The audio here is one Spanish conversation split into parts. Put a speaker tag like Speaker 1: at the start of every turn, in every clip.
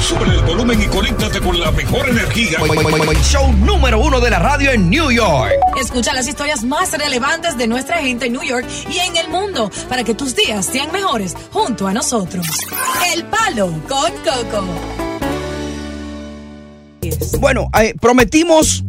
Speaker 1: Sube el volumen y conéctate con la mejor energía.
Speaker 2: Show número uno de la radio en New York.
Speaker 3: Escucha las historias más relevantes de nuestra gente en New York y en el mundo para que tus días sean mejores junto a nosotros. El Palo con Coco.
Speaker 2: Bueno, eh, prometimos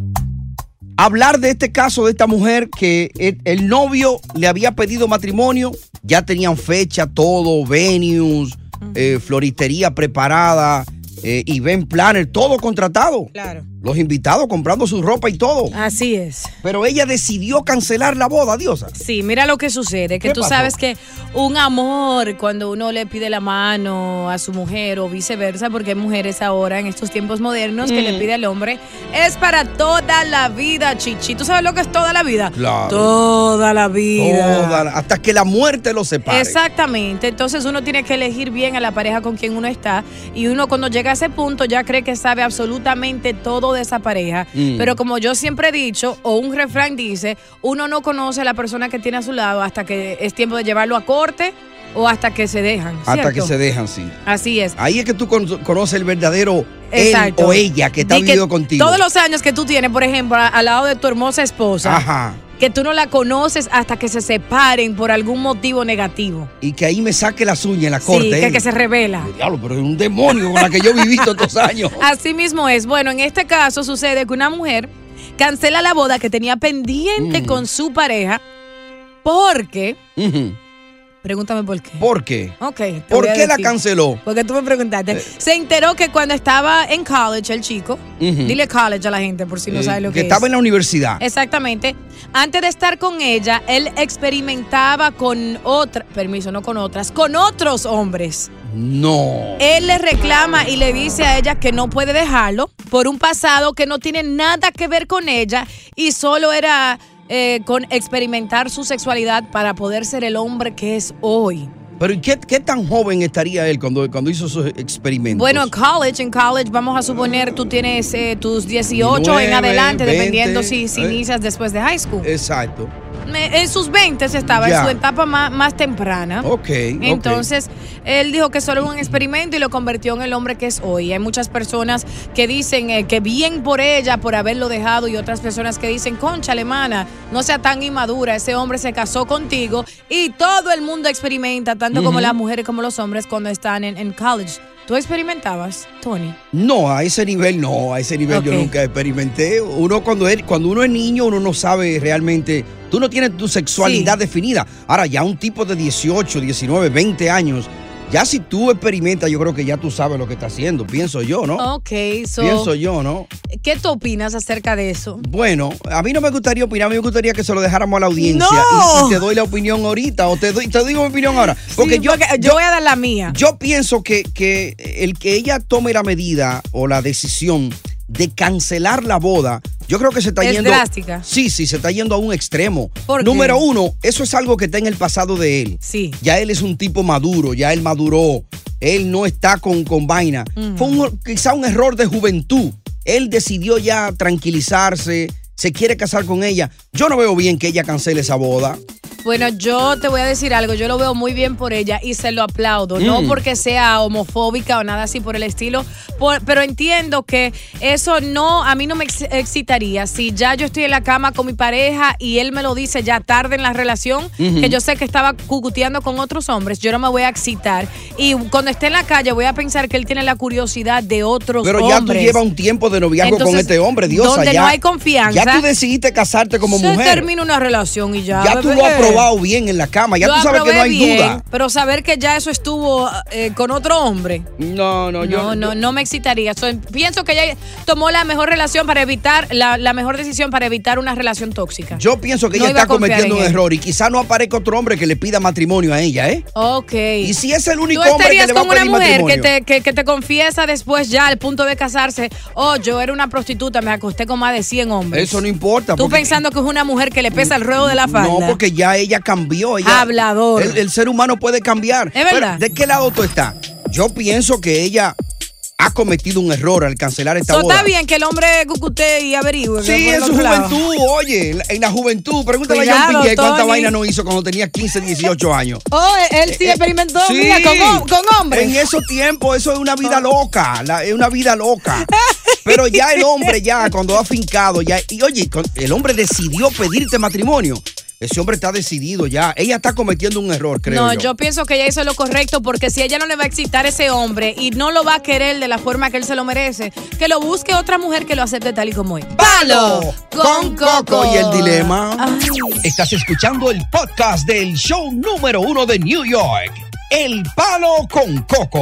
Speaker 2: hablar de este caso de esta mujer que el, el novio le había pedido matrimonio. Ya tenían fecha, todo, venues, eh, floristería preparada, eh, event planner, todo contratado.
Speaker 4: Claro.
Speaker 2: Los invitados comprando su ropa y todo.
Speaker 4: Así es.
Speaker 2: Pero ella decidió cancelar la boda, diosa.
Speaker 4: Sí, mira lo que sucede, que
Speaker 2: ¿Qué
Speaker 4: tú
Speaker 2: pasó?
Speaker 4: sabes que un amor, cuando uno le pide la mano a su mujer o viceversa, porque hay mujeres ahora en estos tiempos modernos que
Speaker 5: Mm.
Speaker 4: le pide al hombre, es para toda la vida, Chichi. ¿Tú sabes lo que es toda la vida?
Speaker 2: Claro.
Speaker 4: Toda la vida.
Speaker 2: Toda la- hasta que la muerte los separe.
Speaker 4: Exactamente, entonces uno tiene que elegir bien a la pareja con quien uno está y uno cuando llega a ese punto ya cree que sabe absolutamente todo de esa pareja,
Speaker 6: Mm.
Speaker 4: pero como yo siempre he dicho o un refrán dice, uno no conoce a la persona que tiene a su lado hasta que es tiempo de llevarlo a corte o hasta que se dejan.
Speaker 2: Hasta que
Speaker 4: ¿cierto?
Speaker 2: se dejan, sí.
Speaker 4: Así es.
Speaker 2: Ahí es que tú con- conoces el verdadero
Speaker 4: Exacto.
Speaker 2: él o ella que está
Speaker 4: Di que
Speaker 2: vivido contigo.
Speaker 4: Todos los años que tú tienes, por ejemplo, a- al lado de tu hermosa esposa,
Speaker 2: Ajá.
Speaker 4: que tú no la conoces hasta que se separen por algún motivo negativo.
Speaker 2: Y que ahí me saque las uñas en la corte.
Speaker 4: sí,
Speaker 2: ¿eh?
Speaker 4: que, que se revela.
Speaker 2: Diablo, pero es un demonio con la que yo viví todos estos años.
Speaker 4: Así mismo es. Bueno, en este caso sucede que una mujer cancela la boda que tenía pendiente
Speaker 2: Mm.
Speaker 4: con su pareja porque.
Speaker 2: Ujú.
Speaker 4: Pregúntame por qué.
Speaker 2: ¿Por qué?
Speaker 4: Ok. te
Speaker 2: ¿Por
Speaker 4: voy a
Speaker 2: qué la
Speaker 4: decir.
Speaker 2: canceló? Eh.
Speaker 4: Porque tú me preguntaste. Se enteró que cuando estaba en college el chico,
Speaker 2: Ujú.
Speaker 4: dile college a la gente por si no
Speaker 2: Eh,
Speaker 4: sabe lo
Speaker 2: que
Speaker 4: que,
Speaker 2: estaba
Speaker 4: es.
Speaker 2: en la universidad.
Speaker 4: Exactamente. Antes de estar con ella, él experimentaba con otra, permiso, no con otras, con otros hombres.
Speaker 2: No.
Speaker 4: Él le reclama y le dice a ella que no puede dejarlo por un pasado que no tiene nada que ver con ella y solo era eh, con experimentar su sexualidad para poder ser el hombre que es hoy.
Speaker 2: Pero ¿y qué, qué tan joven estaría él cuando, cuando hizo sus experimentos?
Speaker 4: Bueno, en college, en college, vamos a suponer tú tienes eh, tus 18 en
Speaker 2: 19,
Speaker 4: adelante,
Speaker 2: 20,
Speaker 4: dependiendo si, si
Speaker 2: eh.
Speaker 4: inicias después de high school.
Speaker 2: Exacto.
Speaker 4: Me- En sus 20 estaba,
Speaker 2: Ya.
Speaker 4: en su etapa más, más temprana.
Speaker 2: Ok.
Speaker 4: Entonces, él dijo que solo era un experimento y lo convirtió en el hombre que es hoy. Hay muchas personas que dicen eh, que bien por ella, por haberlo dejado, y otras personas que dicen, concha alemana, no sea tan inmadura, ese hombre se casó contigo y todo el mundo experimenta, tanto como
Speaker 2: Ujú.
Speaker 4: las mujeres como los hombres cuando están en, en college. ¿Tú experimentabas, Tony?
Speaker 2: No, a ese nivel no, a ese nivel
Speaker 4: Ok.
Speaker 2: yo nunca experimenté. Uno cuando es, cuando uno es niño, uno no sabe realmente, tú no tienes tu sexualidad definida. Ahora, ya un tipo de 18, 19, 20 años Ya si tú experimentas, yo creo que ya tú sabes lo que estás haciendo, pienso yo, ¿no?
Speaker 4: Ok, so,
Speaker 2: Pienso yo, ¿no?
Speaker 4: ¿qué tú opinas acerca de eso?
Speaker 2: Bueno, a mí no me gustaría opinar, a mí me gustaría que se lo dejáramos a la audiencia.
Speaker 4: ¡No!
Speaker 2: Y, y te doy la opinión ahorita, o te, doy, te digo mi opinión ahora. Porque,
Speaker 4: Sí,
Speaker 2: yo,
Speaker 4: porque yo voy a dar la mía.
Speaker 2: Yo pienso que, que el que ella tome la medida o la decisión de cancelar la boda, yo creo que se está
Speaker 4: Es
Speaker 2: yendo.
Speaker 4: drástica.
Speaker 2: Sí, sí, se está yendo a un extremo.
Speaker 4: ¿Por qué?
Speaker 2: Número uno, eso es algo que está en el pasado de él.
Speaker 4: Sí.
Speaker 2: Ya él es un tipo maduro, ya él maduró. Él no está con, con vaina.
Speaker 4: Mm.
Speaker 5: Ujú.
Speaker 2: Fue un- quizá un error de juventud. Él decidió ya tranquilizarse, se quiere casar con ella. Yo no veo bien que ella cancele esa boda.
Speaker 4: Bueno, yo te voy a decir algo, yo lo veo muy bien por ella y se lo aplaudo, no
Speaker 2: Mm.
Speaker 4: porque sea homofóbica o nada así por el estilo, por- pero entiendo que eso no, a mí no me ex- excitaría. Si ya yo estoy en la cama con mi pareja y él me lo dice ya tarde en la relación,
Speaker 6: Ujú.
Speaker 4: que yo sé que estaba cucuteando con otros hombres, yo no me voy a excitar. Y cuando esté en la calle voy a pensar que él tiene la curiosidad de otros
Speaker 2: Pero
Speaker 4: hombres.
Speaker 2: ya tú llevas un tiempo de noviazgo con
Speaker 4: Entonces,
Speaker 2: este hombre, Dios.
Speaker 4: donde
Speaker 2: ya,
Speaker 4: no hay confianza,
Speaker 2: Ya tú decidiste casarte como
Speaker 4: Se
Speaker 2: mujer.
Speaker 4: termina una relación y ya.
Speaker 2: Ya tú lo
Speaker 4: bebé.
Speaker 2: has probado bien en la cama. Ya
Speaker 4: Lo
Speaker 2: tú sabes que
Speaker 4: aprobé
Speaker 2: no hay
Speaker 4: bien,
Speaker 2: duda.
Speaker 4: Pero saber que ya eso estuvo eh, con otro hombre.
Speaker 2: No, no,
Speaker 4: No,
Speaker 2: yo.
Speaker 4: no, no, me excitaría. So, pienso que ella tomó la mejor relación para evitar, la, la mejor decisión para evitar una relación tóxica.
Speaker 2: Yo pienso que
Speaker 4: No
Speaker 2: ella
Speaker 4: iba
Speaker 2: está
Speaker 4: a confiar
Speaker 2: cometiendo
Speaker 4: en
Speaker 2: un
Speaker 4: él.
Speaker 2: error y quizá no aparezca otro hombre que le pida matrimonio a ella, ¿eh?
Speaker 4: Ok. Y
Speaker 2: si es el único
Speaker 4: ¿Tú
Speaker 2: hombre que
Speaker 4: estarías
Speaker 2: le va a
Speaker 4: con una
Speaker 2: pedir
Speaker 4: mujer que
Speaker 2: matrimonio?
Speaker 4: te, que, que te confiesa después ya al punto de casarse, oh, yo era una prostituta, me acosté con más de 100 hombres?
Speaker 2: Eso no importa.
Speaker 4: Tú
Speaker 2: porque-
Speaker 4: pensando que es una mujer que le pesa el ruedo de la falda.
Speaker 2: No, porque ya ella cambió. Ella,
Speaker 4: Hablador.
Speaker 2: El, el ser humano puede cambiar.
Speaker 4: Es verdad.
Speaker 2: Pero, ¿De qué lado tú estás? Yo pienso que ella ha cometido un error al cancelar esta
Speaker 4: So,
Speaker 2: boda.
Speaker 4: está bien que el hombre cucute y averigüe.
Speaker 2: Sí,
Speaker 4: por
Speaker 2: en su
Speaker 4: otro lado.
Speaker 2: juventud, oye, en la- en la juventud. Pregúntale a
Speaker 4: Cuidado,
Speaker 2: John Piquet cuánta
Speaker 4: Tony.
Speaker 2: vaina no hizo cuando tenía 15, 18 años. Eh,
Speaker 4: Oh, él sí experimentó, mira, con, hom- con hombres.
Speaker 2: En esos tiempos, eso es una
Speaker 4: Ah.
Speaker 2: vida loca, la- es una vida loca. Pero ya el hombre, ya cuando ha fincado, ya, y oye, con- el hombre decidió pedirte matrimonio. Ese hombre está decidido ya. Ella está cometiendo un error, creo.
Speaker 4: no,
Speaker 2: yo.
Speaker 4: yo. pienso que ella hizo lo correcto porque si ella no le va a excitar a ese hombre y no lo va a querer de la forma que él se lo merece, que lo busque otra mujer que lo acepte tal y como es.
Speaker 2: ¡Palo
Speaker 4: con
Speaker 2: Coco y el dilema. Estás escuchando el podcast del show número uno de New York: El Palo con Coco.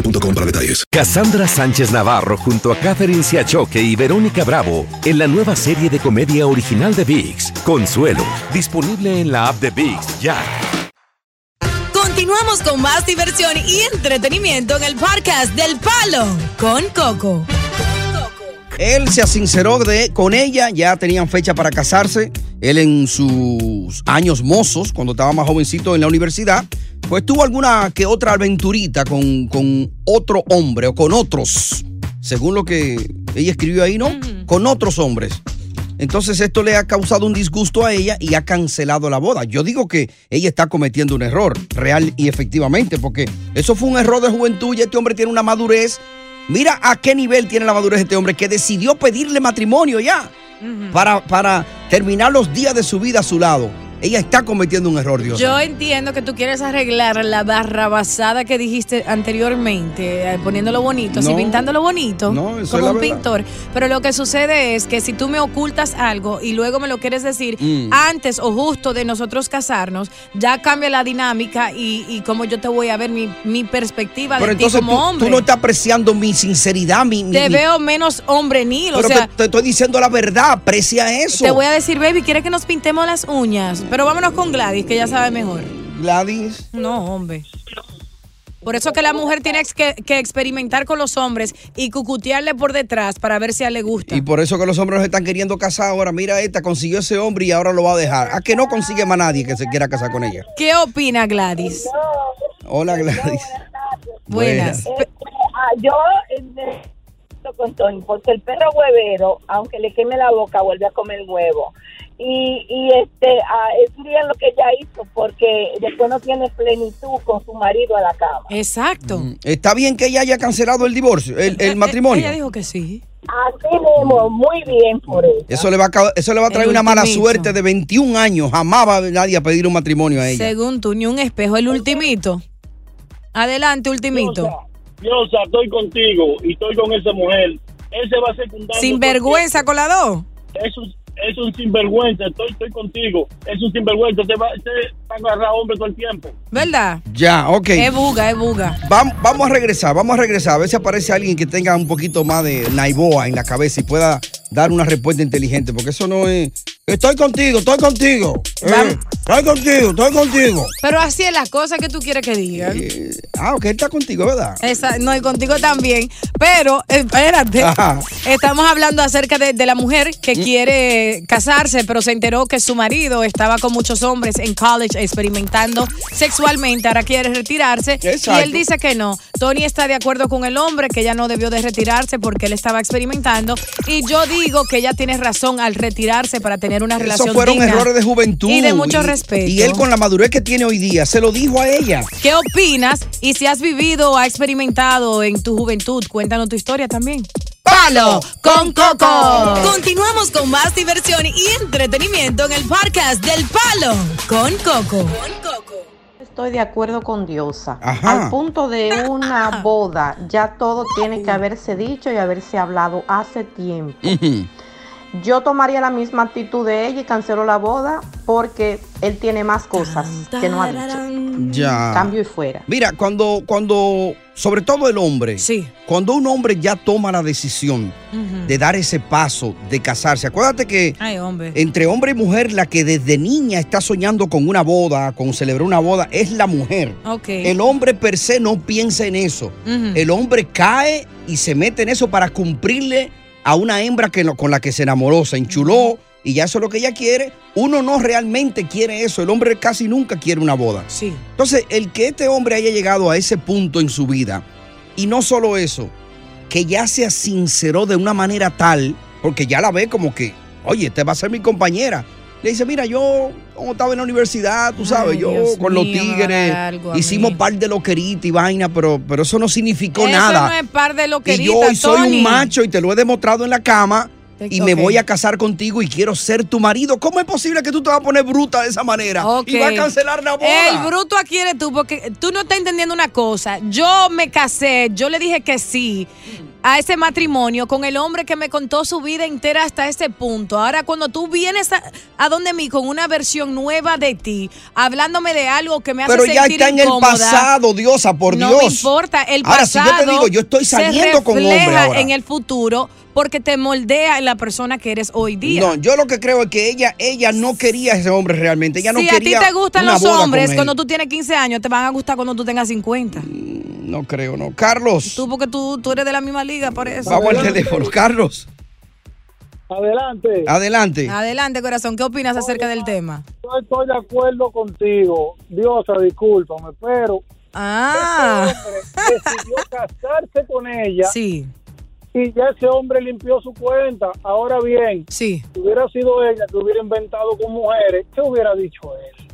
Speaker 7: para detalles.
Speaker 8: Cassandra Sánchez Navarro junto a Catherine Siachoque y Verónica Bravo en la nueva serie de comedia original de VIX, Consuelo, disponible en la app de VIX ya.
Speaker 3: Continuamos con más diversión y entretenimiento en el podcast del Palo con Coco.
Speaker 2: Él se sinceró de, con ella, ya tenían fecha para casarse. Él en sus años mozos, cuando estaba más jovencito en la universidad, pues tuvo alguna que otra aventurita con, con otro hombre o con otros, según lo que ella escribió ahí, ¿no? Con otros hombres. Entonces esto le ha causado un disgusto a ella y ha cancelado la boda. Yo digo que ella está cometiendo un error, real y efectivamente, porque eso fue un error de juventud y este hombre tiene una madurez. Mira a qué nivel tiene la madurez este hombre que decidió pedirle matrimonio ya para, para terminar los días de su vida a su lado. Ella está cometiendo un error, Dios.
Speaker 4: Yo entiendo que tú quieres arreglar la barrabasada que dijiste anteriormente, eh, poniéndolo bonito, sí,
Speaker 2: No.
Speaker 4: pintándolo bonito,
Speaker 2: No, eso
Speaker 4: como
Speaker 2: es la
Speaker 4: un
Speaker 2: verdad.
Speaker 4: pintor. Pero lo que sucede es que si tú me ocultas algo y luego me lo quieres decir
Speaker 6: Mm.
Speaker 4: antes o justo de nosotros casarnos, ya cambia la dinámica y, y cómo yo te voy a ver, mi, mi perspectiva
Speaker 2: Pero
Speaker 4: de ti
Speaker 2: entonces
Speaker 4: como
Speaker 2: tú,
Speaker 4: hombre.
Speaker 2: tú no estás apreciando mi sinceridad, mi... mi-
Speaker 4: te
Speaker 2: mi-
Speaker 4: veo menos hombre Nil, o
Speaker 2: Pero
Speaker 4: sea,
Speaker 2: te, te estoy diciendo la verdad, aprecia eso.
Speaker 4: te voy a decir, baby, ¿quieres que nos pintemos las uñas? Pero vámonos con Gladys, que ya sabe mejor.
Speaker 2: Gladys.
Speaker 4: No, hombre. Por eso que la mujer tiene ex- que, que experimentar con los hombres y cucutearle por detrás para ver si a él le gusta.
Speaker 2: Y por eso que los hombres nos están queriendo casar ahora. Mira, esta consiguió ese hombre y ahora lo va a dejar. ¿A que no consigue más nadie que se quiera casar con ella?
Speaker 4: ¿Qué opina Gladys?
Speaker 2: Hola, Gladys.
Speaker 4: Buenas.
Speaker 6: Eh, ah, yo eh, me- con Tony, porque el perro huevero, aunque le queme la boca, vuelve a comer huevo. Y, y este, ah, es bien lo que ella hizo, porque que después no tiene plenitud con su marido a la cama.
Speaker 4: Exacto.
Speaker 2: Mm, Está bien que ella haya cancelado el divorcio, el, el matrimonio.
Speaker 4: Ella dijo que sí.
Speaker 6: Así mismo, muy bien por eso.
Speaker 2: Eso le va a, ca- eso le va a traer
Speaker 4: El
Speaker 2: una mala
Speaker 4: ultimatum.
Speaker 2: suerte de 21 años. Jamás va nadie a pedir un matrimonio a ella.
Speaker 4: Según tú, ni un espejo, el ultimito. Adelante, ultimito.
Speaker 5: Diosa, estoy contigo y estoy con esa mujer. Ese va secundando.
Speaker 4: Sinvergüenza con la dos.
Speaker 5: Es un, es un sinvergüenza, estoy, estoy contigo. Es un sinvergüenza, te va, te va a agarrar hombre todo el tiempo.
Speaker 4: ¿Verdad?
Speaker 2: Ya, ok.
Speaker 4: Es buga, es buga.
Speaker 2: Vam- vamos a regresar, vamos a regresar. A ver si aparece alguien que tenga un poquito más de naiboa en la cabeza y pueda dar una respuesta inteligente, porque eso no es. Estoy contigo, estoy contigo. Eh, estoy contigo, estoy contigo.
Speaker 4: Pero así es la cosa que tú quieres que digan.
Speaker 2: Ah, ok, él está contigo, ¿verdad?
Speaker 4: Esa- no, y contigo también. Pero, espérate,
Speaker 2: Ajá. Mm.
Speaker 4: estamos hablando acerca de, de la mujer que quiere casarse, pero se enteró que su marido estaba con muchos hombres en college experimentando sexualmente, ahora quiere retirarse. Y él dice que no. Tony está de acuerdo con el hombre, que ella no debió de retirarse porque él estaba experimentando. Y yo digo que ella tiene razón al retirarse para tener una relación
Speaker 2: Esos fueron
Speaker 4: digna
Speaker 2: errores de juventud.
Speaker 4: Y de mucho
Speaker 2: Y-
Speaker 4: respeto.
Speaker 2: Y él con la madurez que tiene hoy día, se lo dijo a ella.
Speaker 4: ¿Qué opinas? Y si has vivido o has experimentado en tu juventud, cuéntanos tu historia también.
Speaker 3: ¡Palo con Coco! Continuamos con más diversión y entretenimiento en el podcast del Palo con Coco.
Speaker 9: Estoy de acuerdo con Diosa.
Speaker 3: Ajá.
Speaker 9: Al punto de una boda, ya todo tiene que haberse dicho y haberse hablado hace tiempo. Yo tomaría la misma actitud de ella y cancelo la boda porque él tiene más cosas que no ha dicho.
Speaker 2: Ya.
Speaker 9: Cambio y fuera.
Speaker 2: Mira, cuando, cuando, sobre todo el hombre, cuando un hombre ya toma la decisión de dar ese paso de casarse, acuérdate que
Speaker 4: Mm. Ay, hombre.
Speaker 2: entre hombre y mujer, la que desde niña está soñando con una boda, con celebrar una boda, es la mujer.
Speaker 4: Ok.
Speaker 2: El hombre per se no piensa en eso.
Speaker 4: Ujú.
Speaker 2: El hombre cae y se mete en eso para cumplirle a una hembra que no- con la que se enamoró, se enchuló y ya eso es lo que ella quiere. Uno no realmente quiere eso. El hombre casi nunca quiere una boda.
Speaker 4: Sí.
Speaker 2: Entonces, el que este hombre haya llegado a ese punto en su vida, y no solo eso, que ya sea sincero de una manera tal, porque ya la ve como que, oye, este va a ser mi compañera. Le dice, mira, yo como estaba en la universidad, tú sabes, yo
Speaker 4: Dios
Speaker 2: con los
Speaker 4: mío, me va a
Speaker 2: tigres
Speaker 4: dar algo a
Speaker 2: hicimos par de loqueritas y vaina, pero, pero eso no significó
Speaker 4: Eso
Speaker 2: nada.
Speaker 4: no es par de lo que
Speaker 2: y yo hoy soy un macho y te lo he demostrado en la cama
Speaker 4: Te-
Speaker 2: y me
Speaker 4: ok.
Speaker 2: voy a casar contigo y quiero ser tu marido. ¿Cómo es posible que tú te vas a poner bruta de esa manera? Y vas a cancelar la boda.
Speaker 4: El bruto aquí eres tú, porque tú no estás entendiendo una cosa. Yo me casé, yo le dije que sí a ese matrimonio con el hombre que me contó su vida entera hasta ese punto. Ahora, cuando tú vienes a, a donde mí con una versión nueva de ti, hablándome de algo que me hace
Speaker 2: Pero ya
Speaker 4: sentir
Speaker 2: está en el
Speaker 4: incómoda,
Speaker 2: pasado, Diosa, por
Speaker 4: no
Speaker 2: Dios.
Speaker 4: me importa, el
Speaker 2: Ahora, si
Speaker 4: pasado.
Speaker 2: yo te digo, yo estoy
Speaker 4: se
Speaker 2: saliendo con hombre
Speaker 4: refleja
Speaker 2: ahora.
Speaker 4: en el futuro porque te moldea en la persona que eres hoy día.
Speaker 2: No, yo lo que creo es que ella, ella no quería a ese hombre realmente. Ella no
Speaker 4: si
Speaker 2: quería.
Speaker 4: a ti te gustan
Speaker 2: una
Speaker 4: los
Speaker 2: boda con
Speaker 4: hombres,
Speaker 2: él.
Speaker 4: cuando tú tienes 15 años, te van a gustar cuando tú tengas 50.
Speaker 2: Mm, No creo, no. Carlos,
Speaker 4: Tú, porque tú, tú eres de la misma liga, por eso.
Speaker 2: vamos al teléfono. Carlos,
Speaker 10: Adelante.
Speaker 2: adelante.
Speaker 4: Adelante, corazón. ¿Qué opinas acerca del tema?
Speaker 10: Yo estoy de acuerdo contigo. Diosa, discúlpame, pero.
Speaker 4: Ah.
Speaker 10: ese hombre decidió casarse con ella.
Speaker 4: Sí.
Speaker 10: Y ya ese hombre limpió su cuenta. Ahora bien,
Speaker 4: sí.
Speaker 10: si hubiera sido ella que hubiera inventado con mujeres, ¿qué hubiera dicho él?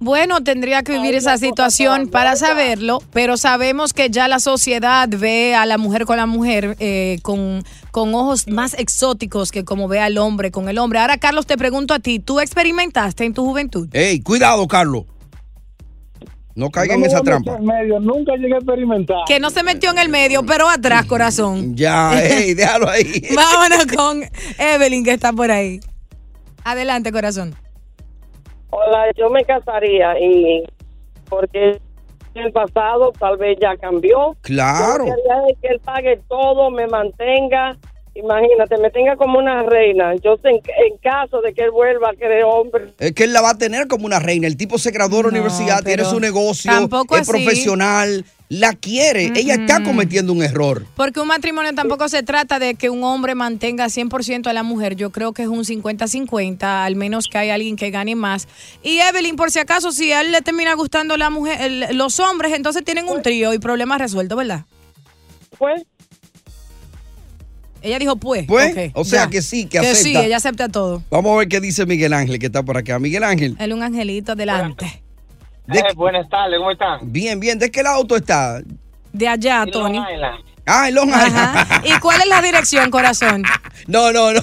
Speaker 4: Bueno, tendría que vivir esa situación para saberlo, pero sabemos que ya la sociedad ve a la mujer con la mujer eh, con, con ojos más exóticos que como ve al hombre con el hombre. Ahora, Carlos, te pregunto a ti, ¿tú experimentaste en tu juventud?
Speaker 2: Ey, cuidado, Carlos. No caiga
Speaker 10: No
Speaker 2: en
Speaker 10: me
Speaker 2: esa
Speaker 10: voy a
Speaker 2: trampa.
Speaker 10: meter en medio, nunca llegué a experimentar.
Speaker 4: Que no se metió en el medio, pero atrás, corazón.
Speaker 2: Ya, ey, déjalo ahí.
Speaker 4: Vámonos con Evelyn, que está por ahí. Adelante, corazón.
Speaker 11: Hola, yo me casaría y porque en el pasado tal vez ya cambió.
Speaker 2: Claro.
Speaker 11: Yo lo que haría es que él pague todo, me mantenga, imagínate, me tenga como una reina. Yo sé en, en caso de que él vuelva a querer hombre.
Speaker 2: Es que él la va a tener como una reina. El tipo se graduó de la universidad, tiene
Speaker 11: pero
Speaker 2: su negocio,
Speaker 4: tampoco
Speaker 2: es
Speaker 4: así.
Speaker 2: profesional, la quiere. Ella está cometiendo un error.
Speaker 4: Porque un matrimonio tampoco se trata de que un hombre mantenga 100% a la mujer. Yo creo que es un 50-50, al menos que hay alguien que gane más. Y Evelyn, por si acaso, si a él le termina gustando la mujer, el- los hombres, entonces tienen un trío y problemas resueltos, ¿verdad?
Speaker 11: Pues.
Speaker 4: Ella dijo pues.
Speaker 2: Pues,
Speaker 4: Ok,
Speaker 2: o sea
Speaker 4: ya.
Speaker 2: que sí, que,
Speaker 4: Que
Speaker 2: acepta.
Speaker 4: sí, ella acepta todo.
Speaker 2: Vamos a ver qué dice Miguel Ángel, que está por acá. Miguel Ángel.
Speaker 4: Él un angelito adelante.
Speaker 12: buenas tardes, ¿cómo están?
Speaker 2: Bien, bien. ¿De qué lado tú estás?
Speaker 4: De allá, Tony.
Speaker 2: Ah, en Long Island.
Speaker 4: ¿Y cuál es la dirección, corazón?
Speaker 2: No, no, no.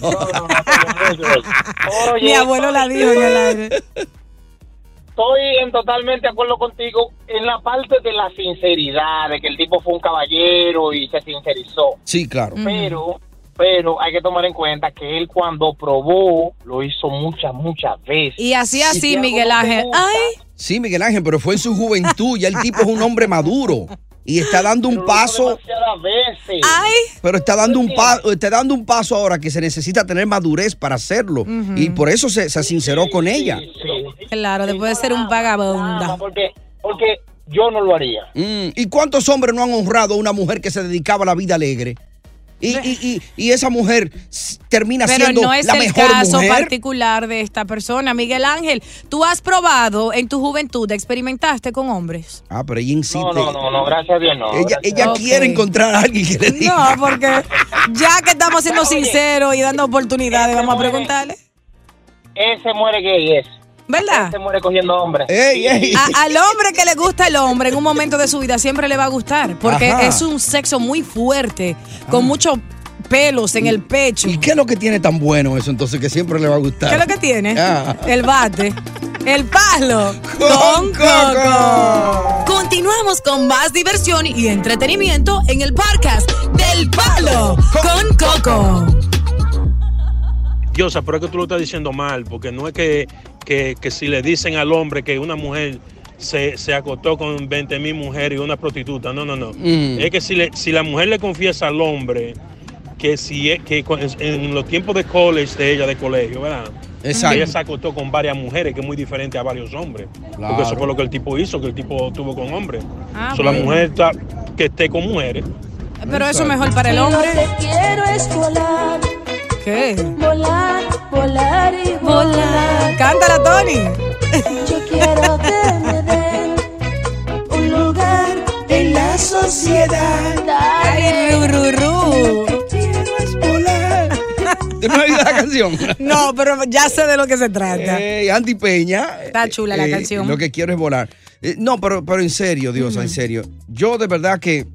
Speaker 4: Mi abuelo la dijo en el aire.
Speaker 12: Estoy en totalmente acuerdo contigo en la parte de la sinceridad, de que el tipo fue un caballero y se sincerizó.
Speaker 2: Sí, claro.
Speaker 12: Pero, pero hay que tomar en cuenta que él cuando probó lo hizo muchas, muchas veces.
Speaker 4: Y así,
Speaker 12: Si
Speaker 4: así,
Speaker 12: algo no
Speaker 4: Miguel
Speaker 12: te
Speaker 4: Ángel.
Speaker 12: gusta,
Speaker 4: Ay,
Speaker 2: Sí, Miguel Ángel, pero fue en su juventud. Ya el tipo es un hombre maduro. Y está dando un paso.
Speaker 12: demasiadas veces.
Speaker 2: Pero está dando un paso, está dando un paso ahora que se necesita tener madurez para hacerlo. Y por eso se, se sinceró con ella.
Speaker 4: claro, después de ser un vagabunda.
Speaker 12: Porque, porque yo no lo haría.
Speaker 2: Mm, ¿Y cuántos hombres no han honrado a una mujer que se dedicaba a la vida alegre? Y, y- y- y esa mujer s- termina
Speaker 4: Pero
Speaker 2: siendo
Speaker 4: no es
Speaker 2: la
Speaker 4: el
Speaker 2: mejor
Speaker 4: caso
Speaker 2: mujer.
Speaker 4: particular de esta persona. Miguel Ángel, tú has probado en tu juventud, experimentaste con hombres.
Speaker 2: Ah, pero ella insiste.
Speaker 12: No, no, no, gracias a Dios, no.
Speaker 2: Ella,
Speaker 12: Gracias
Speaker 2: ella
Speaker 12: a Dios.
Speaker 2: quiere encontrar a alguien que le diga.
Speaker 4: No, porque ya que estamos siendo sinceros y dando
Speaker 2: este
Speaker 4: oportunidades, vamos a preguntarle.
Speaker 12: Ese muere gay, es.
Speaker 4: ¿Verdad?
Speaker 12: Ese Este muere cogiendo hombres.
Speaker 4: A- al hombre que le gusta el hombre en un momento de su vida siempre le va a gustar, porque
Speaker 2: Ajá. Ah.
Speaker 4: es un sexo muy fuerte, con muchos pelos en el pecho.
Speaker 2: ¿Y qué es lo que tiene tan bueno eso entonces que siempre le va a gustar?
Speaker 4: ¿Qué es lo que tiene?
Speaker 2: Ah.
Speaker 4: El bate. El palo.
Speaker 2: Con
Speaker 4: Con
Speaker 2: coco.
Speaker 4: coco. Continuamos con más diversión y entretenimiento en el podcast del palo con coco.
Speaker 13: Diosa, pero es que tú lo estás diciendo mal, porque no es que, que, que si le dicen al hombre que una mujer se, se acostó con 20 mil mujeres y una prostituta, no, no, no.
Speaker 14: Mm.
Speaker 13: Es que si, le- si la mujer le confiesa al hombre que si es- que cu- en los tiempos de college de ella, de colegio, ¿verdad?
Speaker 2: Exacto.
Speaker 13: Ella se acostó con varias mujeres, que es muy diferente a varios hombres.
Speaker 2: Claro.
Speaker 13: Porque eso fue lo que el tipo hizo, que el tipo tuvo con hombres.
Speaker 4: Ah,
Speaker 13: So, la
Speaker 4: bueno.
Speaker 13: mujer está- que esté con mujeres.
Speaker 4: Pero eso mejor para el hombre. quiero es volar. ¿Qué? Volar, volar y volar. Cántala, Tony.
Speaker 15: Yo quiero que me den un lugar en la sociedad.
Speaker 4: Ay, rururú.
Speaker 2: ¿Tú no has oído la canción?
Speaker 4: No, pero ya sé de lo que se trata.
Speaker 2: Eh, Andy Peña.
Speaker 4: Está chula la
Speaker 2: Eh,
Speaker 4: canción.
Speaker 2: Lo que quiero es volar. Eh, no, pero, pero en serio, Diosa, en serio. Yo de verdad que.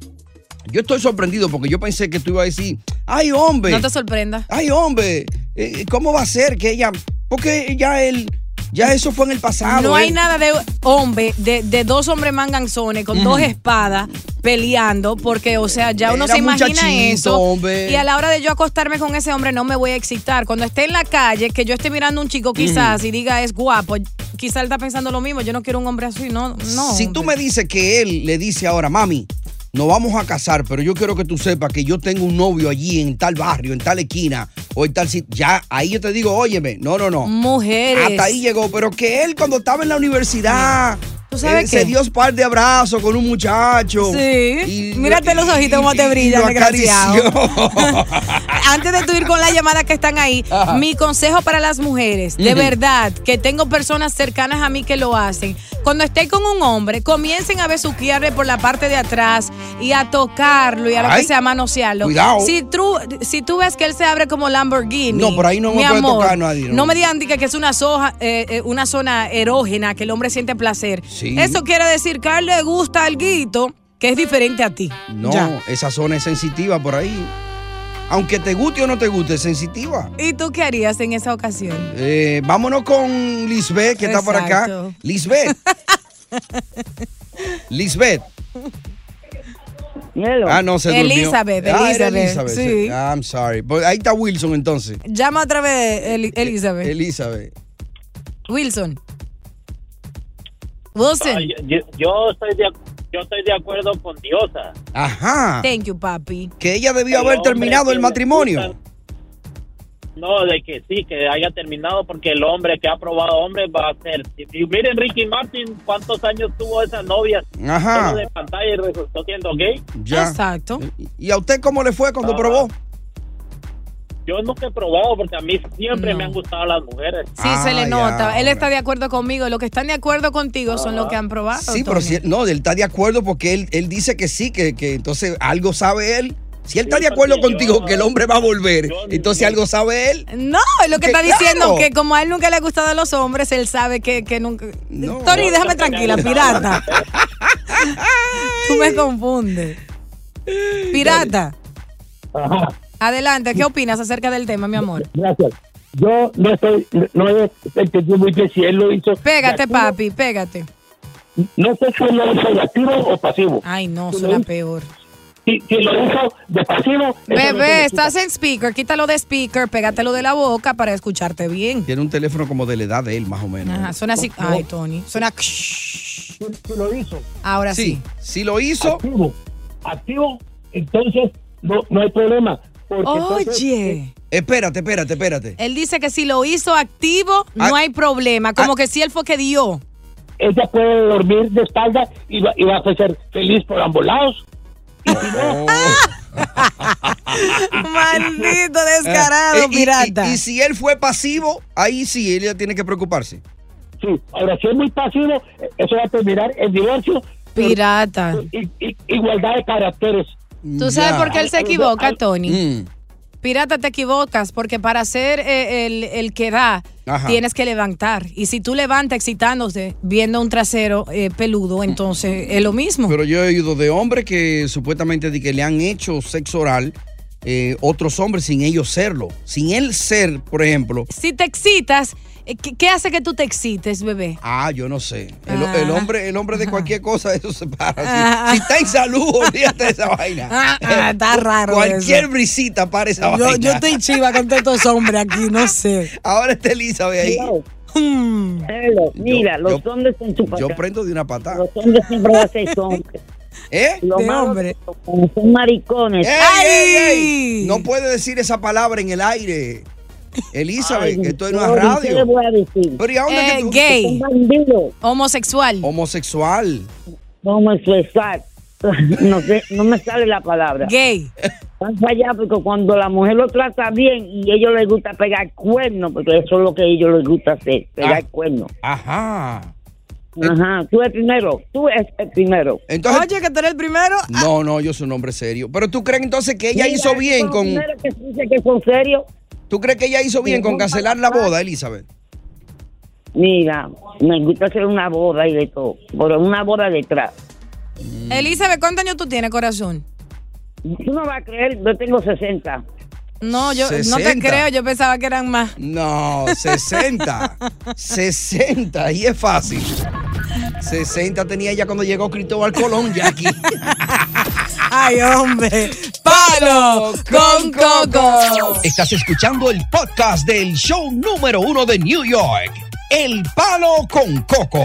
Speaker 2: Yo estoy sorprendido porque yo pensé que tú ibas a decir, ay hombre,
Speaker 4: No te sorprenda.
Speaker 2: ay hombre, eh, ¿cómo va a ser que ella? Porque ya él, ya eso fue en el pasado. eh?
Speaker 4: No hay
Speaker 2: él-
Speaker 4: nada de hombre, de, de dos hombres manganzones con dos espadas peleando, porque, o sea, ya uno
Speaker 2: Era
Speaker 4: se imagina
Speaker 2: muchachito,
Speaker 4: eso.
Speaker 2: hombre.
Speaker 4: Y a la hora de yo acostarme con ese hombre, no me voy a excitar. Cuando esté en la calle, que yo esté mirando a un chico quizás y diga es guapo, quizás él está pensando lo mismo. Yo no quiero un hombre así, no, no.
Speaker 2: Si tú me dices que él le dice ahora, mami, nos vamos a casar, pero yo quiero que tú sepas que yo tengo un novio allí en tal barrio, en tal esquina o en tal sitio. Ya, ahí yo te digo, óyeme, no, no, no.
Speaker 4: Mujeres.
Speaker 2: Hasta ahí llegó, pero que él cuando estaba en la universidad. eh,
Speaker 4: ¿Tú sabes
Speaker 2: se
Speaker 4: qué?
Speaker 2: dio un par de abrazos con un muchacho.
Speaker 4: Sí. Mírate los ojitos como te brillan,
Speaker 2: lo
Speaker 4: desgraciado.
Speaker 2: acarició.
Speaker 4: antes de tú ir con las llamadas que están ahí,
Speaker 2: Ajá.
Speaker 4: mi consejo para las mujeres, de
Speaker 2: Ujú.
Speaker 4: verdad, que tengo personas cercanas a mí que lo hacen. Cuando esté con un hombre, comiencen a besuquearle por la parte de atrás y a tocarlo y a lo
Speaker 2: Ay.
Speaker 4: que sea manosearlo.
Speaker 2: Cuidado.
Speaker 4: Si tú, si tú ves que él se abre como Lamborghini.
Speaker 2: No, por ahí no me
Speaker 4: mi
Speaker 2: puede
Speaker 4: amor,
Speaker 2: tocar nadie, no.
Speaker 4: No, me digan diga que es una, soja, eh, eh, una zona erógena, que el hombre siente placer.
Speaker 2: Sí.
Speaker 4: Eso quiere decir que a él le gusta algo que es diferente a ti.
Speaker 2: No,
Speaker 4: Ya.
Speaker 2: esa zona es sensitiva por ahí. Aunque te guste o no te guste, es sensitiva.
Speaker 4: ¿Y tú qué harías en esa ocasión?
Speaker 2: Eh, vámonos con Lisbeth, que está por acá.
Speaker 4: Exacto.
Speaker 2: Lisbeth. Lisbeth. Ah, no, se durmió.
Speaker 4: Elizabeth,
Speaker 2: Ah, era
Speaker 4: Elizabeth,
Speaker 2: Elizabeth, Ah,
Speaker 4: sí.
Speaker 2: I'm sorry. But ahí está Wilson entonces. Eh,
Speaker 4: Llama otra vez, Eli- Elizabeth.
Speaker 2: Elizabeth.
Speaker 4: Wilson. Wilson.
Speaker 5: Ay, yo, yo estoy de, ac- yo estoy de acuerdo con Diosa.
Speaker 2: Ajá.
Speaker 4: Thank you, papi.
Speaker 2: Que ella debió
Speaker 5: El
Speaker 2: haber
Speaker 5: hombre
Speaker 2: terminado
Speaker 5: que
Speaker 2: el
Speaker 5: le
Speaker 2: matrimonio.
Speaker 5: No, de que sí, que haya terminado, porque el hombre que ha probado hombre va a ser. Y miren, Ricky Martin, ¿cuántos años tuvo esa novia?
Speaker 2: Ajá.
Speaker 5: Solo de pantalla y resultó siendo gay.
Speaker 2: Ya.
Speaker 4: Exacto.
Speaker 2: ¿Y a usted cómo le fue cuando
Speaker 5: Ah.
Speaker 2: probó?
Speaker 5: Yo nunca he probado, porque a mí siempre me han gustado las mujeres.
Speaker 4: Sí, se le nota. Él está de acuerdo conmigo. Los que están de acuerdo contigo son
Speaker 5: Ah.
Speaker 4: los que han probado.
Speaker 2: Sí, pero
Speaker 4: Tony.
Speaker 2: si, no, él está de acuerdo porque él, él dice que sí, que, que entonces algo sabe él. Si él está de acuerdo contigo que el hombre va a volver, entonces algo sabe él.
Speaker 4: No, es lo
Speaker 2: Que
Speaker 4: que está diciendo
Speaker 2: claro.
Speaker 4: que como a él nunca le ha gustado a los hombres, él sabe que, que nunca. Tony, déjame tranquila, pirata. Tú me confundes. Pirata. Adelante, ¿qué opinas acerca del tema, mi amor?
Speaker 16: Gracias. Yo no estoy, no eh, es el que muy bien si él lo hizo.
Speaker 4: Pégate, papi, pégate.
Speaker 16: No sé si él lo hizo de activo o pasivo.
Speaker 4: Ay, no, suena peor.
Speaker 16: Si, si lo hizo de pasivo.
Speaker 4: Bebé, estás en speaker, quítalo de speaker, pégatelo de la boca para escucharte bien.
Speaker 2: Tiene un teléfono como de la edad de él, más o menos.
Speaker 4: Ajá, suena así. Ay, Tony. Suena. lo hizo. Ahora sí.
Speaker 2: sí, sí lo hizo.
Speaker 16: Activo. Activo, entonces no, no hay problema. porque entonces-
Speaker 4: Oye,
Speaker 2: eh, Espérate, espérate, espérate. Ah,
Speaker 4: él dice que si lo hizo activo, no hay problema. Como que si él fue que dio.
Speaker 16: ella puede dormir de espalda y va, y va a ser feliz por ambos lados.
Speaker 4: Maldito
Speaker 2: Eh, y- y- Y, si él fue pasivo, ahí sí, él ya tiene que preocuparse.
Speaker 16: Sí, ahora si es muy pasivo, eh, eso va a terminar en divorcio.
Speaker 4: Pirata.
Speaker 16: I- i- igualdad de caracteres.
Speaker 4: ¿Tú sabes por qué él se equivoca, Tony?
Speaker 2: Mm.
Speaker 4: Pirata, te equivocas, porque para ser eh, el, el que da,
Speaker 16: Ajá.
Speaker 4: tienes que levantar. Y si tú levantas excitándose, viendo un trasero eh, peludo, entonces es lo mismo.
Speaker 2: Pero yo he oído de hombres que supuestamente de que le han hecho sexo oral eh, otros hombres sin ellos serlo. Sin él ser, por ejemplo.
Speaker 4: Si te excitas, eh, ¿qué, qué hace que tú te excites, bebé?
Speaker 2: Ah, yo no sé. El,
Speaker 4: Ah.
Speaker 2: el hombre, el hombre de cualquier cosa, eso se para. Si- Si, está en salud, olvídate de esa vaina. Eh,
Speaker 4: Ah, ah, está raro
Speaker 2: Cualquier
Speaker 4: eso.
Speaker 2: brisita para esa
Speaker 4: Yo-
Speaker 2: vaina.
Speaker 4: yo estoy chiva con todos estos hombres aquí, no sé. Mm.
Speaker 2: Ahora está Elizabeth ahí.
Speaker 10: Hello, mira, los hombres con su
Speaker 2: Yo prendo de una patada.
Speaker 10: Los hombres siempre van a ser hombres.
Speaker 2: ¿Eh?
Speaker 10: Lo
Speaker 2: De
Speaker 10: malo
Speaker 2: hombre.
Speaker 10: que son, son maricones.
Speaker 2: ¡Ey, ey, ey! No puede decir esa palabra en el aire. Elizabeth,
Speaker 10: Ay,
Speaker 2: esto es una
Speaker 10: Gloria, ¿qué le
Speaker 2: radio.
Speaker 10: voy a decir?
Speaker 2: Pero ¿y a dónde
Speaker 4: Eh,
Speaker 2: que tú-
Speaker 4: gay.
Speaker 10: Son bandidos.
Speaker 4: Homosexual.
Speaker 2: Homosexual.
Speaker 10: Homosexual. No, sé, no me sale la palabra.
Speaker 4: Gay.
Speaker 10: Van para allá porque cuando la mujer lo trata bien y a ellos les gusta pegar cuernos, porque eso es lo que a ellos les gusta hacer, pegar cuernos.
Speaker 2: Ah. Ajá.
Speaker 10: Ajá, tú eres primero, tú eres el primero.
Speaker 2: Entonces,
Speaker 4: Oye, que tú eres el primero.
Speaker 2: No, no, yo soy un hombre serio. Pero tú crees entonces que ella
Speaker 10: Mira,
Speaker 2: hizo bien
Speaker 10: los
Speaker 2: con.
Speaker 10: primeros que dice que son serios.
Speaker 2: ¿Tú crees que ella hizo bien con cancelar la boda, Elizabeth?
Speaker 10: Mira, me gusta hacer una boda y de todo, pero una boda detrás.
Speaker 2: Mm.
Speaker 4: Elizabeth, ¿cuántos años tú tienes, corazón?
Speaker 10: Tú no vas a creer, yo tengo 60.
Speaker 4: No, yo no te
Speaker 10: 60.
Speaker 4: creo, yo pensaba que eran más.
Speaker 2: No, 60. 60, y es fácil. 60 tenía ella cuando llegó Cristóbal Colón, ya aquí.
Speaker 4: Ay, hombre. Palo con coco.
Speaker 2: Estás escuchando el podcast del show número uno de New York. El palo con coco.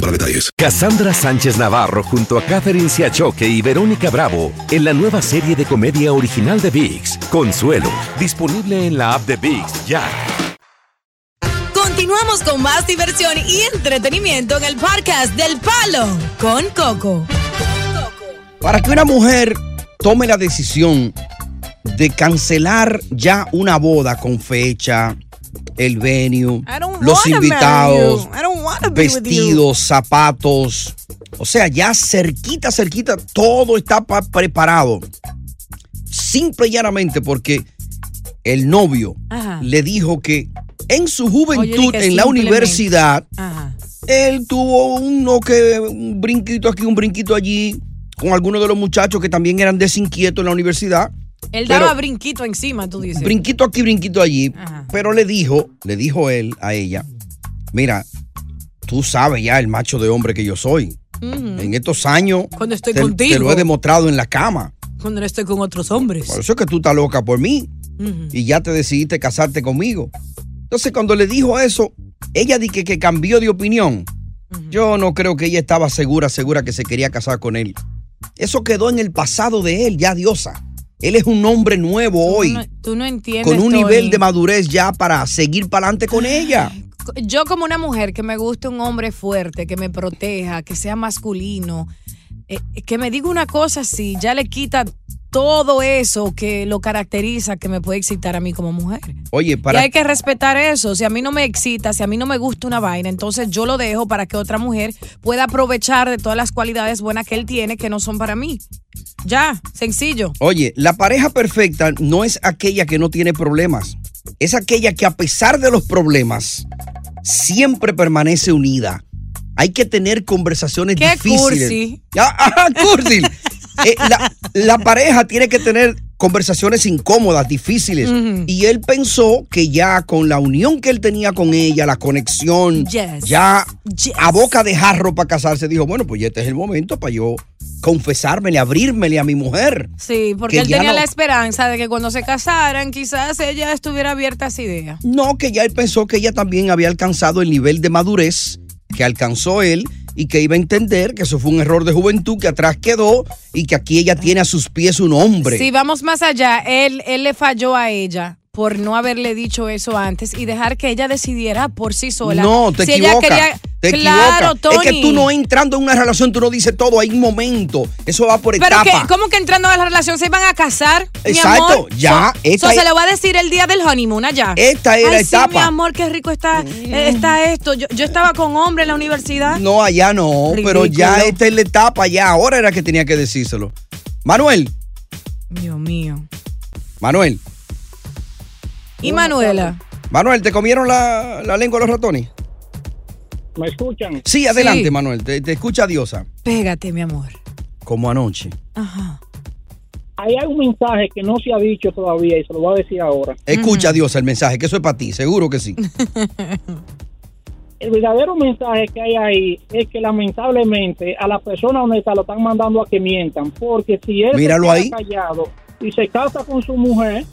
Speaker 7: para detalles.
Speaker 17: Cassandra Sánchez Navarro junto a Catherine Siachoque y Verónica Bravo en la nueva serie de comedia original de VIX, Consuelo, disponible en la app de VIX ya.
Speaker 18: Continuamos con más diversión y entretenimiento en el podcast del Palo con Coco.
Speaker 2: Para que una mujer tome la decisión de cancelar ya una boda con fecha, el venue, los invitados, vestidos, zapatos. O sea, ya cerquita, cerquita, todo está pa- preparado. Simple y llanamente porque el novio
Speaker 4: Ajá.
Speaker 2: le dijo que en su
Speaker 4: Oye, di
Speaker 2: juventud,
Speaker 4: que
Speaker 2: en la
Speaker 4: simplemente.
Speaker 2: universidad,
Speaker 4: Ajá.
Speaker 2: él tuvo uno que un brinquito aquí, un brinquito allí, con algunos de los muchachos que también eran desinquietos en la universidad.
Speaker 4: Él
Speaker 2: Pero-
Speaker 4: daba brinquito encima, tú dices.
Speaker 2: Brinquito aquí, brinquito allí.
Speaker 4: Ajá.
Speaker 2: Pero le dijo, le dijo él a ella, mira, tú sabes ya el macho de hombre que yo soy.
Speaker 4: Ujú.
Speaker 2: En estos años
Speaker 4: Cuando estoy
Speaker 2: te,
Speaker 4: contigo.
Speaker 2: te lo he demostrado en la cama.
Speaker 4: Cuando no estoy con otros hombres.
Speaker 2: Por eso es que tú estás loca por mí
Speaker 4: Ujú.
Speaker 2: y ya te decidiste casarte conmigo. Entonces cuando le dijo eso, ella dije que, que cambió de opinión. Yo no creo que ella estaba segura, segura que se quería casar con él. Eso quedó en el pasado de él, ya diosa. Él es un hombre nuevo hoy,
Speaker 4: Tú no entiendes.
Speaker 2: con un
Speaker 4: Tony.
Speaker 2: nivel de madurez ya para seguir para adelante con ella.
Speaker 4: Yo como una mujer que me gusta un hombre fuerte, que me proteja, que sea masculino, eh, que me diga una cosa así, ya le quita todo eso que lo caracteriza, que me puede excitar a mí como mujer.
Speaker 2: Oye, para
Speaker 4: Y hay que respetar eso. Si a mí no me excita, si a mí no me gusta una vaina, entonces yo lo dejo para que otra mujer pueda aprovechar de todas las cualidades buenas que él tiene que no son para mí. Ya, sencillo.
Speaker 2: Oye, la pareja perfecta no es aquella que no tiene problemas. Es aquella que a pesar de los problemas siempre permanece unida. Hay que tener conversaciones
Speaker 4: Qué
Speaker 2: difíciles.
Speaker 4: cursi.
Speaker 2: Ya, ajá, cursi. Eh, la, la pareja tiene que tener conversaciones incómodas, difíciles.
Speaker 4: Ujú.
Speaker 2: Y él pensó que ya con la unión que él tenía con ella, la conexión,
Speaker 4: Yes.
Speaker 2: ya
Speaker 4: Yes.
Speaker 2: a boca de jarro para casarse, dijo, bueno, pues ya este es el momento para yo confesármele, abrírmele a mi mujer.
Speaker 4: Sí, porque
Speaker 2: Que
Speaker 4: él
Speaker 2: ya
Speaker 4: tenía
Speaker 2: no-
Speaker 4: la esperanza de que cuando se casaran, quizás ella estuviera abierta a esa idea.
Speaker 2: No, que ya él pensó que ella también había alcanzado el nivel de madurez que alcanzó él y que iba a entender que eso fue un error de juventud que atrás quedó y que aquí ella tiene a sus pies un hombre.
Speaker 4: Si vamos más allá, él, él le falló a ella por no haberle dicho eso antes y dejar que ella decidiera por sí sola.
Speaker 2: No, te
Speaker 4: si
Speaker 2: equivocas.
Speaker 4: Ella quería,
Speaker 2: te
Speaker 4: claro,
Speaker 2: equivocas.
Speaker 4: Tony.
Speaker 2: Es que tú no entrando en una relación, tú no dices todo, hay un momento. Eso va por
Speaker 4: Pero
Speaker 2: etapa.
Speaker 4: que, ¿cómo que entrando a la relación se iban a casar? mi
Speaker 2: Exacto,
Speaker 4: amor?
Speaker 2: ya,
Speaker 4: So-
Speaker 2: esta
Speaker 4: so
Speaker 2: es-
Speaker 4: se lo va a decir el día del honeymoon allá.
Speaker 2: Esta es la
Speaker 4: Ay,
Speaker 2: etapa. Mm.
Speaker 4: Sí, mi amor, qué rico está, eh, está esto. Yo, yo estaba con hombre en la universidad.
Speaker 2: No, allá no, pero ya
Speaker 4: Ridículo.
Speaker 2: esta es la etapa, ya ahora era que tenía que decírselo. Manuel,
Speaker 4: Dios mío.
Speaker 2: Manuel,
Speaker 4: Y Manuela.
Speaker 2: Manuel, ¿te comieron la, la lengua los ratones?
Speaker 10: ¿Me escuchan?
Speaker 2: Sí, adelante, Manuel, te, te escucha Diosa,
Speaker 4: Pégate, mi amor.
Speaker 2: como anoche.
Speaker 4: Ajá.
Speaker 10: Ahí hay un mensaje que no se ha dicho todavía y se lo voy a decir ahora.
Speaker 2: Escucha, Diosa, el mensaje, que eso es para ti, seguro que sí.
Speaker 10: El verdadero mensaje que hay ahí es que lamentablemente a la persona honesta lo están mandando a que mientan, porque si él
Speaker 2: Míralo
Speaker 10: se
Speaker 2: ahí.
Speaker 10: queda callado y se casa con su mujer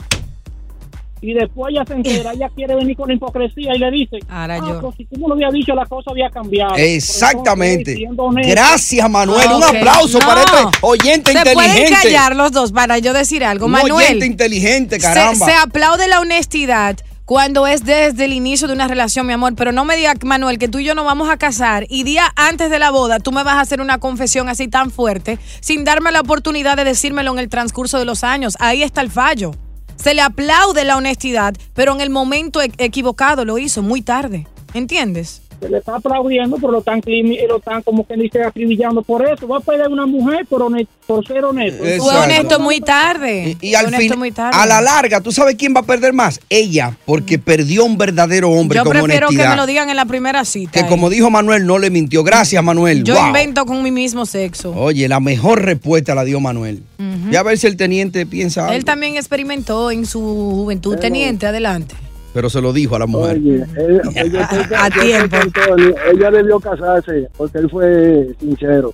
Speaker 10: y después ella se entera, ella quiere venir con la hipocresía y le dice,
Speaker 4: Ahora
Speaker 10: "Ah,
Speaker 4: yo.
Speaker 10: pero si tú me lo había dicho, la cosa había cambiado.
Speaker 2: Exactamente.
Speaker 10: Por eso estoy siendo honesto.
Speaker 2: Gracias, Manuel.
Speaker 4: Ah,
Speaker 2: Un
Speaker 4: ok.
Speaker 2: aplauso
Speaker 4: No.
Speaker 2: para este oyente
Speaker 4: Se pueden
Speaker 2: inteligente.
Speaker 4: callar los dos para yo decir algo.
Speaker 2: Un oyente
Speaker 4: Manuel,
Speaker 2: inteligente,
Speaker 4: se,
Speaker 2: caramba.
Speaker 4: se aplaude la honestidad cuando es desde el inicio de una relación, mi amor. Pero no me digas, Manuel, que tú y yo nos vamos a casar y día antes de la boda tú me vas a hacer una confesión así tan fuerte sin darme la oportunidad de decírmelo en el transcurso de los años. Ahí está el fallo. Se le aplaude la honestidad, pero en el momento e- equivocado lo hizo, muy tarde. ¿Entiendes?
Speaker 10: Se le está aplaudiendo, pero lo están, climi- lo están como que dice acribillando por eso. Va a perder una mujer por, honest- por ser honesto.
Speaker 2: Exacto.
Speaker 4: Fue honesto muy tarde.
Speaker 2: Y al
Speaker 4: Fue honesto
Speaker 2: fin,
Speaker 4: muy tarde.
Speaker 2: a la larga, ¿tú sabes quién va a perder más? Ella, porque perdió un verdadero hombre
Speaker 4: Yo
Speaker 2: con
Speaker 4: prefiero que me
Speaker 2: honestidad.
Speaker 4: lo digan en la primera cita.
Speaker 2: Que
Speaker 4: eh.
Speaker 2: como dijo Manuel, no le mintió. Gracias, Manuel.
Speaker 4: Yo
Speaker 2: Wow.
Speaker 4: invento con mi mismo sexo.
Speaker 2: Oye, la mejor respuesta la dio Manuel.
Speaker 4: Ujú.
Speaker 2: Ya a ver si el teniente piensa algo,
Speaker 4: Él también experimentó en su juventud teniente, adelante.
Speaker 2: pero se lo dijo a la mujer.
Speaker 10: Oye, él- oye,
Speaker 4: A
Speaker 10: yo estoy
Speaker 4: tiempo.
Speaker 10: con Tony. Ella debió casarse porque él fue sincero.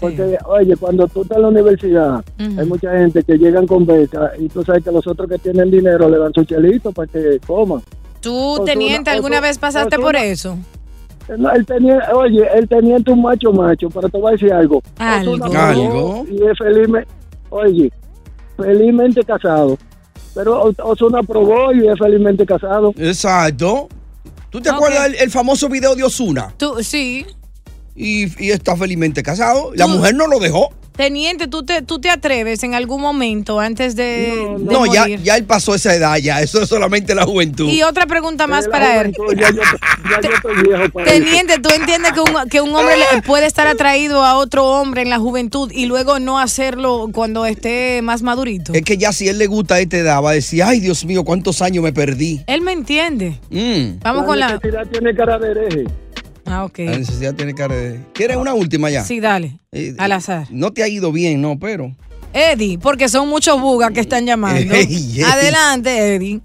Speaker 10: Porque, oye, cuando tú estás en la universidad, hay mucha gente que llegan con beca y tú sabes que los otros que tienen dinero le dan su chelito para que coman.
Speaker 4: ¿Tú,
Speaker 10: Osuna,
Speaker 4: teniente, alguna
Speaker 10: Osuna,
Speaker 4: vez pasaste
Speaker 10: Osuna.
Speaker 4: por eso?
Speaker 10: No, el teniente, oye, el teniente un macho macho, pero te voy a decir algo.
Speaker 4: Algo.
Speaker 10: Osuna
Speaker 2: Algo.
Speaker 10: Y es felizmente, oye, felizmente casado. Pero Os- Osuna probó y es felizmente casado.
Speaker 2: Exacto. ¿Tú te acuerdas el, el famoso video de Osuna?
Speaker 4: Tú, sí.
Speaker 2: Y, y está felizmente casado. La mujer no lo dejó.
Speaker 4: Teniente, ¿tú te, tú te atreves en algún momento antes de, de
Speaker 2: No, ya,
Speaker 4: morir?
Speaker 2: ya él pasó esa edad, ya. Eso es solamente la juventud.
Speaker 4: Y otra pregunta más para él. Teniente, ¿tú entiendes que un, que un hombre le- puede estar atraído a otro hombre en la juventud y luego no hacerlo cuando esté más madurito?
Speaker 2: Es que ya si él le gusta a esta edad, va a decir, ay, Dios mío, cuántos años me perdí.
Speaker 4: Él me entiende.
Speaker 2: Mm.
Speaker 4: Vamos con la...
Speaker 10: tiene cara de hereje.
Speaker 4: Ah, ok.
Speaker 2: La necesidad tiene cara de... ¿Quieres una última ya?
Speaker 4: Sí, dale.
Speaker 2: Eh, eh,
Speaker 4: Al azar.
Speaker 2: No te ha ido bien, no, pero...
Speaker 4: Eddie, porque son muchos bugas que están llamando.
Speaker 2: Ey, ey.
Speaker 4: Adelante, Eddie.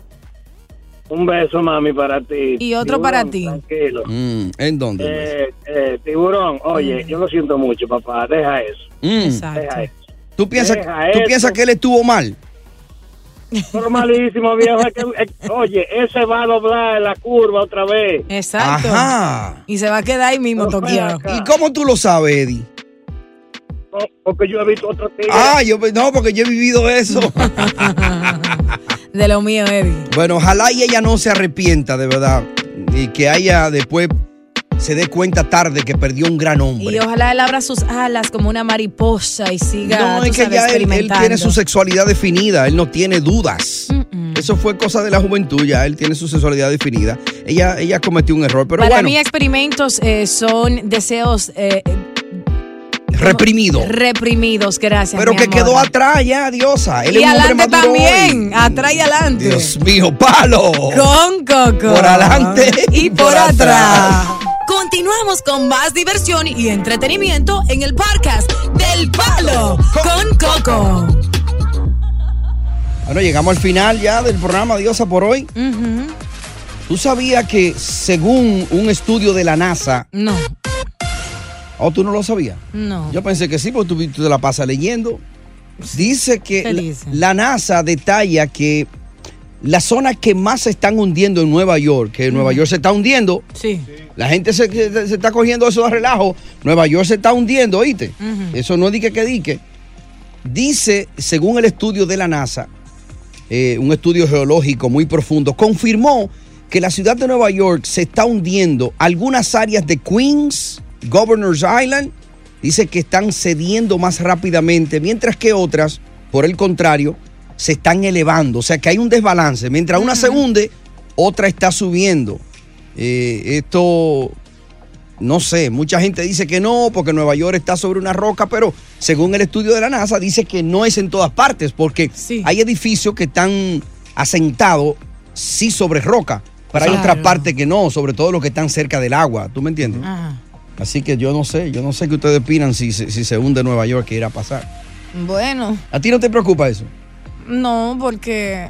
Speaker 19: Un beso, mami, para ti.
Speaker 4: Y otro para ti.
Speaker 19: Tranquilo.
Speaker 2: Mm, ¿En dónde?
Speaker 19: Eh, eh, tiburón,
Speaker 4: Mm.
Speaker 19: oye, yo lo siento mucho, papá. Deja eso.
Speaker 2: Mm.
Speaker 19: Deja eso.
Speaker 2: ¿Tú piensas,
Speaker 19: Deja
Speaker 2: ¿Tú
Speaker 19: eso.
Speaker 2: piensas que él estuvo mal?
Speaker 19: Pero malísimo, viejo. es que- es- oye, ese va a doblar en la curva otra vez.
Speaker 4: Exacto.
Speaker 2: Ajá.
Speaker 4: Y se va a quedar ahí mismo toqueado.
Speaker 2: ¿Y cómo tú lo sabes, Eddie?
Speaker 19: No, porque yo he visto otro tigre.
Speaker 2: Ah, yo no, porque yo he vivido eso.
Speaker 4: de lo mío, Eddie.
Speaker 2: Bueno, ojalá y ella no se arrepienta, de verdad. Y que haya después se dé cuenta tarde que perdió un gran hombre.
Speaker 4: Y ojalá él abra sus alas como una mariposa y siga
Speaker 2: no, es
Speaker 4: tú
Speaker 2: que
Speaker 4: sabes,
Speaker 2: ya él- él,
Speaker 4: experimentando. Mm,
Speaker 2: tiene su sexualidad definida, él no tiene dudas. Eso fue cosa de la juventud, ya él tiene su sexualidad definida. Ella, ella cometió un error, pero
Speaker 4: Para
Speaker 2: bueno,
Speaker 4: mí experimentos eh, son deseos eh,
Speaker 2: reprimido.
Speaker 4: reprimidos, gracias.
Speaker 2: pero
Speaker 4: mi
Speaker 2: que
Speaker 4: amor.
Speaker 2: quedó atrás ya, diosa. Él
Speaker 4: y
Speaker 2: es un hombre
Speaker 4: adelante
Speaker 2: maduro hoy.
Speaker 4: también, atrás y adelante.
Speaker 2: Dios mío, palo.
Speaker 4: Con Coco.
Speaker 2: Por adelante
Speaker 4: y por, atrás. Continuamos con más diversión y entretenimiento en el podcast del Palo con Coco.
Speaker 2: Bueno, llegamos al final ya del programa Diosa por hoy. ¿Tú sabías que según un estudio de la NASA...
Speaker 4: No.
Speaker 2: ¿O Oh, tú no lo sabías?
Speaker 4: No.
Speaker 2: Yo pensé que sí, porque tú, tú te la pasas leyendo. Dice que
Speaker 4: ¿Qué
Speaker 2: Eh, la-
Speaker 4: dice?
Speaker 2: la NASA detalla que las zonas que más se están hundiendo en Nueva York, que Nueva
Speaker 4: Mm.
Speaker 2: York se está hundiendo,
Speaker 4: Sí.
Speaker 2: la gente se, se- se está cogiendo eso de relajo, Nueva York se está hundiendo, ¿oíste?
Speaker 4: Ujú.
Speaker 2: Eso no dique que dique. Dice, según el estudio de la NASA, eh, un estudio geológico muy profundo, confirmó que la ciudad de Nueva York se está hundiendo. Algunas áreas de Queens, Governor's Island, dice que están cediendo más rápidamente, mientras que otras, por el contrario, se están elevando. O sea que hay un desbalance. Mientras una se hunde, otra está subiendo. Eh, esto no sé, mucha gente dice que no, porque Nueva York está sobre una roca, pero según el estudio de la NASA dice que no es en todas partes, porque hay edificios que están asentados sí sobre roca, pero hay
Speaker 4: Claro.
Speaker 2: otras partes que no, sobre todo los que están cerca del agua, ¿tú me entiendes?
Speaker 4: Ajá.
Speaker 2: Así que yo no sé, yo no sé qué ustedes opinan si, se- si se hunde Nueva York, qué irá a pasar.
Speaker 4: Bueno,
Speaker 2: ¿A ti no te preocupa eso?
Speaker 4: no, porque